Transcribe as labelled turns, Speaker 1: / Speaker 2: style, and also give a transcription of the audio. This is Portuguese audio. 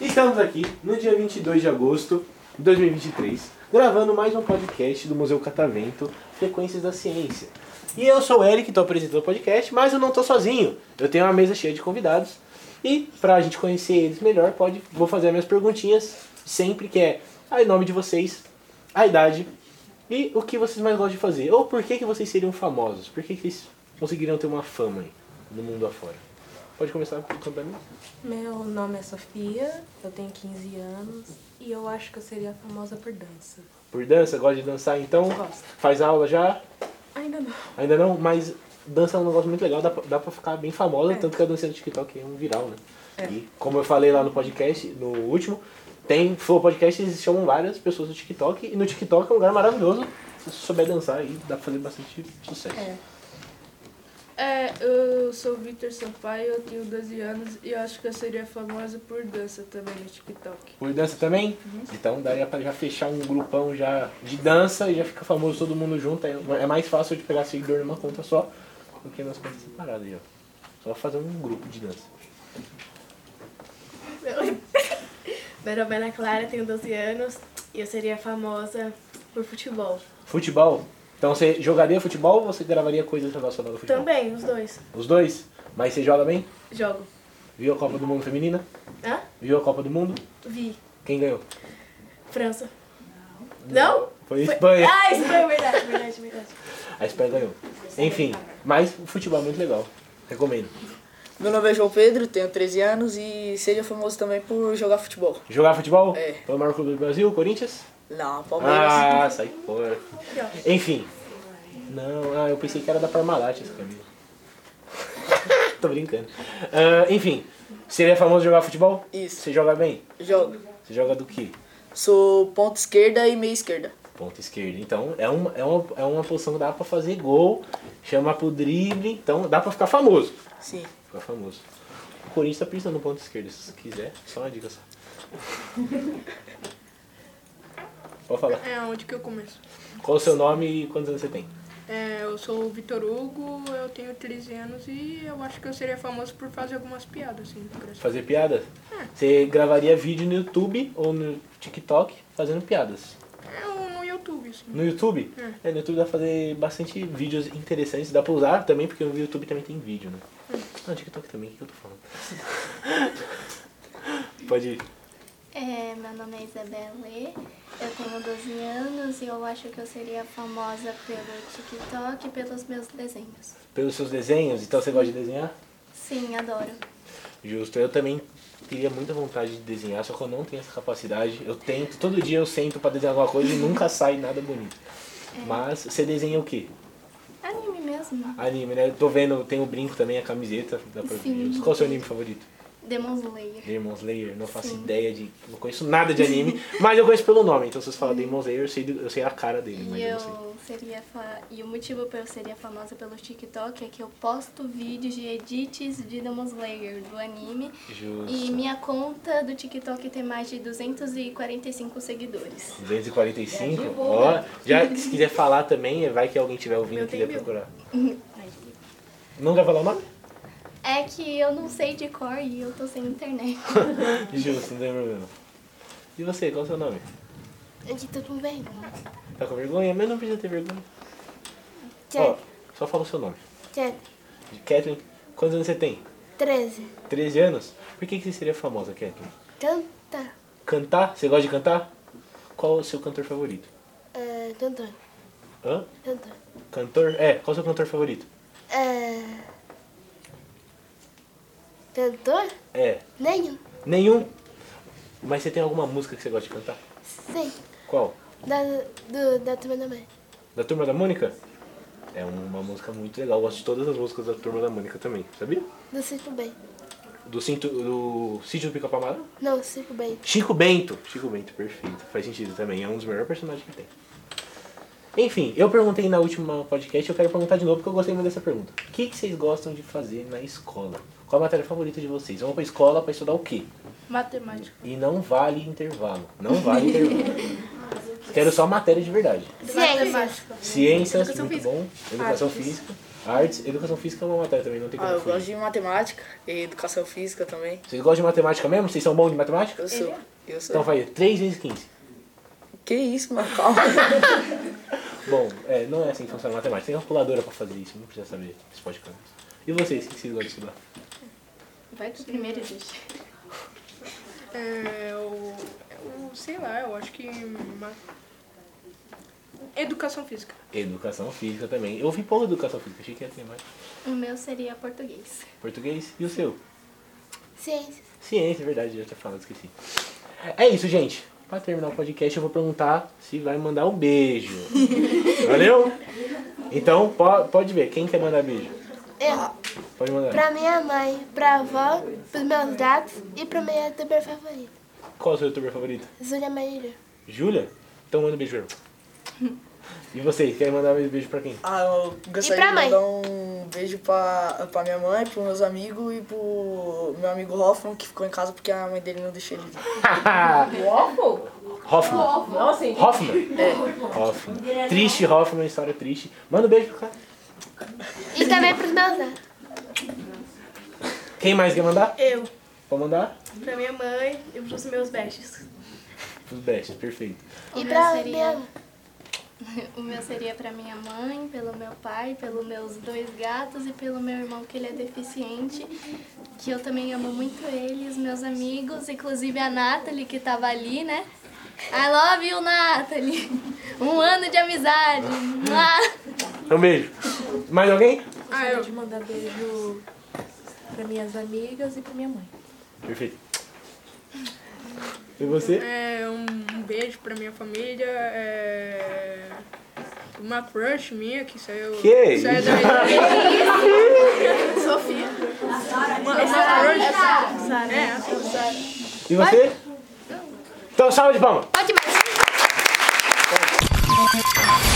Speaker 1: Estamos aqui no dia 22 de agosto de 2023, gravando mais um podcast do Museu Catavento, Frequências da Ciência. E eu sou o Eric, estou apresentando o podcast, mas eu não estou sozinho. Eu tenho uma mesa cheia de convidados e para a gente conhecer eles melhor, pode, vou fazer minhas perguntinhas sempre que é ah, o nome de vocês, a idade e o que vocês mais gostam de fazer. Ou por que, que vocês seriam famosos, por que, que vocês conseguiriam ter uma fama aí, no mundo afora. Pode começar contando pra mim?
Speaker 2: Meu nome é Sofia, eu tenho 15 anos e eu acho que eu seria famosa por dança.
Speaker 1: Por dança, gosta de dançar então?
Speaker 2: Gosto.
Speaker 1: Faz aula já?
Speaker 2: Ainda não.
Speaker 1: Ainda não, mas dança é um negócio muito legal, dá pra, dá pra ficar bem famosa,
Speaker 2: É.
Speaker 1: tanto que a dança do TikTok é um viral, né?
Speaker 2: É.
Speaker 1: E como eu falei lá no podcast, no último, tem, foi o podcast, eles chamam várias pessoas do TikTok, e no TikTok é um lugar maravilhoso, se você souber dançar aí, dá pra fazer bastante sucesso.
Speaker 2: É.
Speaker 3: É, eu sou o Vitor Sampaio, eu tenho 12 anos e eu acho que eu seria famosa por dança também no TikTok.
Speaker 1: Por dança também?
Speaker 2: Uhum.
Speaker 1: Então daria pra já fechar um grupão já de dança e já fica famoso todo mundo junto. aí É mais fácil de pegar seguidor numa conta só do que nas contas separadas aí, ó. Só fazer um grupo de dança.
Speaker 4: Meu nome é Ana Clara, tenho 12 anos e eu seria famosa por futebol.
Speaker 1: Futebol? Então você jogaria futebol ou você gravaria coisas relacionadas ao futebol?
Speaker 4: Também, os dois.
Speaker 1: Os dois? Mas você joga bem?
Speaker 4: Jogo.
Speaker 1: Viu a Copa do Mundo Feminina?
Speaker 4: Hã?
Speaker 1: Viu a Copa do Mundo?
Speaker 4: Vi.
Speaker 1: Quem ganhou?
Speaker 4: França. Não?
Speaker 1: Foi a Espanha.
Speaker 4: Ah, Espanha, verdade, verdade, verdade.
Speaker 1: A Espanha ganhou. Enfim, mas o futebol é muito legal. Recomendo.
Speaker 5: Meu nome é João Pedro, tenho 13 anos e seja famoso também por jogar futebol.
Speaker 1: Jogar futebol?
Speaker 5: É.
Speaker 1: Foi o maior clube do Brasil, Corinthians?
Speaker 5: Não, Palmeiras.
Speaker 1: Ah, sai fora. Enfim. Não, ah, eu pensei que era da Parmalat essa camisa. Tô brincando. Ah, enfim, seria famoso jogar futebol?
Speaker 5: Isso.
Speaker 1: Você joga bem?
Speaker 5: Jogo.
Speaker 1: Você joga do que?
Speaker 5: Sou ponta esquerda e meia esquerda.
Speaker 1: Ponta esquerda. Então, é uma, é uma, é uma posição que dá pra fazer gol, chamar pro drible, então dá pra ficar famoso.
Speaker 5: Sim.
Speaker 1: Ficar famoso. O Corinthians tá precisando do ponto esquerdo, se você quiser, só uma dica só. Pode falar.
Speaker 3: É, onde que eu começo?
Speaker 1: Qual o seu nome e quantos anos você tem?
Speaker 3: É, eu sou o Vitor Hugo, eu tenho 13 anos e eu acho que eu seria famoso por fazer algumas piadas, assim, por exemplo.
Speaker 1: Fazer piada? Você gravaria vídeo no YouTube ou no TikTok fazendo piadas?
Speaker 3: É, ou no YouTube, assim.
Speaker 1: No YouTube? É, no YouTube dá pra fazer bastante vídeos interessantes. Dá pra usar também, porque no YouTube também tem vídeo, né? Não, TikTok também, o que eu tô falando? Pode ir.
Speaker 6: É, meu nome é Isabelle, eu tenho 12 anos e eu acho que eu seria famosa pelo TikTok e pelos meus desenhos.
Speaker 1: Pelos seus desenhos, então você gosta de desenhar?
Speaker 6: Sim, adoro.
Speaker 1: Justo, eu também teria muita vontade de desenhar, só que eu não tenho essa capacidade. Eu tento, todo dia eu sento pra desenhar alguma coisa e nunca sai nada bonito. Mas você desenha o quê?
Speaker 6: Anime mesmo.
Speaker 1: Anime, né? Eu tô vendo, tem o brinco também, a camiseta. Dá pra ver.
Speaker 6: Sim.
Speaker 1: Qual é o seu anime favorito?
Speaker 6: Demon Slayer.
Speaker 1: Demon Slayer, não faço ideia de. Não conheço nada de anime, mas eu conheço pelo nome, então se você falar Demon Slayer, eu sei, do- eu sei a cara dele, mas
Speaker 6: E
Speaker 1: eu, não sei.
Speaker 6: eu seria fa- e o motivo pra eu seria famosa pelo TikTok é que eu posto vídeos de edits de Demon Slayer do anime e
Speaker 1: Justo.
Speaker 6: minha conta do TikTok tem mais de 245 seguidores.
Speaker 1: 245?
Speaker 6: É
Speaker 1: Ó,
Speaker 6: né?
Speaker 1: já se quiser falar também, vai que alguém tiver ouvindo e quiser procurar. Não quer falar o nome?
Speaker 6: É que eu não sei de cor e eu tô sem internet.
Speaker 1: Justo, não tem problema. E você, qual é o seu nome?
Speaker 6: Aqui tudo bem?
Speaker 1: Tá com vergonha? Mas não precisa ter vergonha. Ó, só fala o seu nome. Kathleen, quantos anos você tem?
Speaker 6: 13.
Speaker 1: 13 anos? Por que, que você seria famosa, Kathleen?
Speaker 6: Canta.
Speaker 1: Cantar? Você gosta de cantar? Qual o seu cantor favorito?
Speaker 6: É,
Speaker 7: eh,
Speaker 6: cantor.
Speaker 1: Hã?
Speaker 6: Cantor.
Speaker 1: Cantor? É, qual o seu cantor favorito?
Speaker 7: eh,
Speaker 6: É... Cantor?
Speaker 1: É,
Speaker 6: Nenhum.
Speaker 1: nenhum. Mas você tem alguma música que você gosta de cantar?
Speaker 6: Sim.
Speaker 1: Qual?
Speaker 6: Da, do, da turma da mãe.
Speaker 1: Da Turma da Mônica? É uma música muito legal. Eu gosto de todas as músicas da Turma da Mônica também, sabia?
Speaker 6: Do Cipo Bem.
Speaker 1: Do, cinto, do Sítio do Pica-Pau Amarelo?
Speaker 6: Não, Cipo Bem.
Speaker 1: Chico Bento. Chico Bento, perfeito. Faz sentido também. É um dos melhores personagens que tem. Enfim, eu perguntei na última podcast, eu quero perguntar de novo porque eu gostei muito dessa pergunta. O que, que vocês gostam de fazer na escola? Qual a matéria favorita de vocês? Vão pra escola pra estudar o quê?
Speaker 3: Matemática.
Speaker 1: E não vale intervalo. Não vale intervalo. Quero só matéria de verdade.
Speaker 4: é
Speaker 6: Ciência.
Speaker 1: Ciências,
Speaker 4: Educação
Speaker 1: muito bom. Educação física. Artes. Educação física é uma matéria também, não tem como
Speaker 5: Ah, eu
Speaker 1: fugir.
Speaker 5: gosto de matemática e educação física também.
Speaker 1: Vocês gostam de matemática mesmo? Vocês são bons de matemática?
Speaker 5: Eu sou.
Speaker 7: é?
Speaker 5: Eu sou.
Speaker 1: Então vai, 3 vezes 15. Então.
Speaker 5: Que isso, mano? Calma.
Speaker 1: Bom, é, não é assim que funciona a matemática. Tem calculadora pra fazer isso, não precisa saber esse podcast. E vocês, o que vocês gostam de estudar?
Speaker 6: Vai tu primeiro, gente.
Speaker 3: É, eu, eu sei lá, eu acho que. Uma... Educação física.
Speaker 1: Educação física também. Eu ouvi pouco educação física, achei que ia ter mais.
Speaker 6: O meu seria português.
Speaker 1: Português e o seu?
Speaker 6: Ciências.
Speaker 1: Ciência, é verdade, eu já tinha falado, esqueci. É isso, gente. Pra terminar o podcast, eu vou perguntar se vai mandar um beijo. Valeu? Então, po- pode ver, quem quer mandar beijo?
Speaker 7: Eu,
Speaker 1: Pode mandar.
Speaker 7: pra minha mãe, pra avó, pros meus gatos e pro meu youtuber favorito,
Speaker 1: Qual é o seu youtuber favorito?
Speaker 7: Zulia Maíra.
Speaker 1: Júlia? Então manda um beijo pra ela. E vocês, querem mandar um beijo pra quem?
Speaker 5: Ah, eu gostaria
Speaker 7: pra
Speaker 5: de
Speaker 7: mãe?
Speaker 5: mandar um beijo pra, pra minha mãe, pros meus amigos e pro meu amigo Hoffman, que ficou em casa porque a mãe dele não deixou ele.
Speaker 1: Hoffman. Hoffman? Hoffman. Triste Hoffman, história triste. Manda um beijo pro cara.
Speaker 7: E também pros meus gatos.
Speaker 1: Quem mais quer mandar?
Speaker 4: Eu,
Speaker 1: Pode mandar?
Speaker 4: pra minha mãe e pros meus bestes.
Speaker 1: Os bestes, perfeito.
Speaker 6: O
Speaker 7: E
Speaker 6: meu
Speaker 7: pra
Speaker 6: seria.
Speaker 7: minha
Speaker 6: O meu seria pra minha mãe, pelo meu pai, pelos meus dois gatos e pelo meu irmão, que ele é deficiente, que eu também amo muito ele, os meus amigos, inclusive a Nathalie, que tava ali, né? I love you, Nathalie! Um ano de amizade! Mua!
Speaker 1: Um beijo. Mais alguém?
Speaker 3: Ah,
Speaker 2: Gostaria de mandar beijo pra minhas amigas e pra minha mãe.
Speaker 1: Perfeito. E você?
Speaker 3: É, um, um beijo pra minha família. É, uma crush minha que saiu.
Speaker 1: Que
Speaker 3: saiu
Speaker 1: isso?
Speaker 3: da minha
Speaker 4: Sofia.
Speaker 3: Uma, uma crush. É, a
Speaker 1: E você? Então, salve de palmas.
Speaker 6: Pode mais!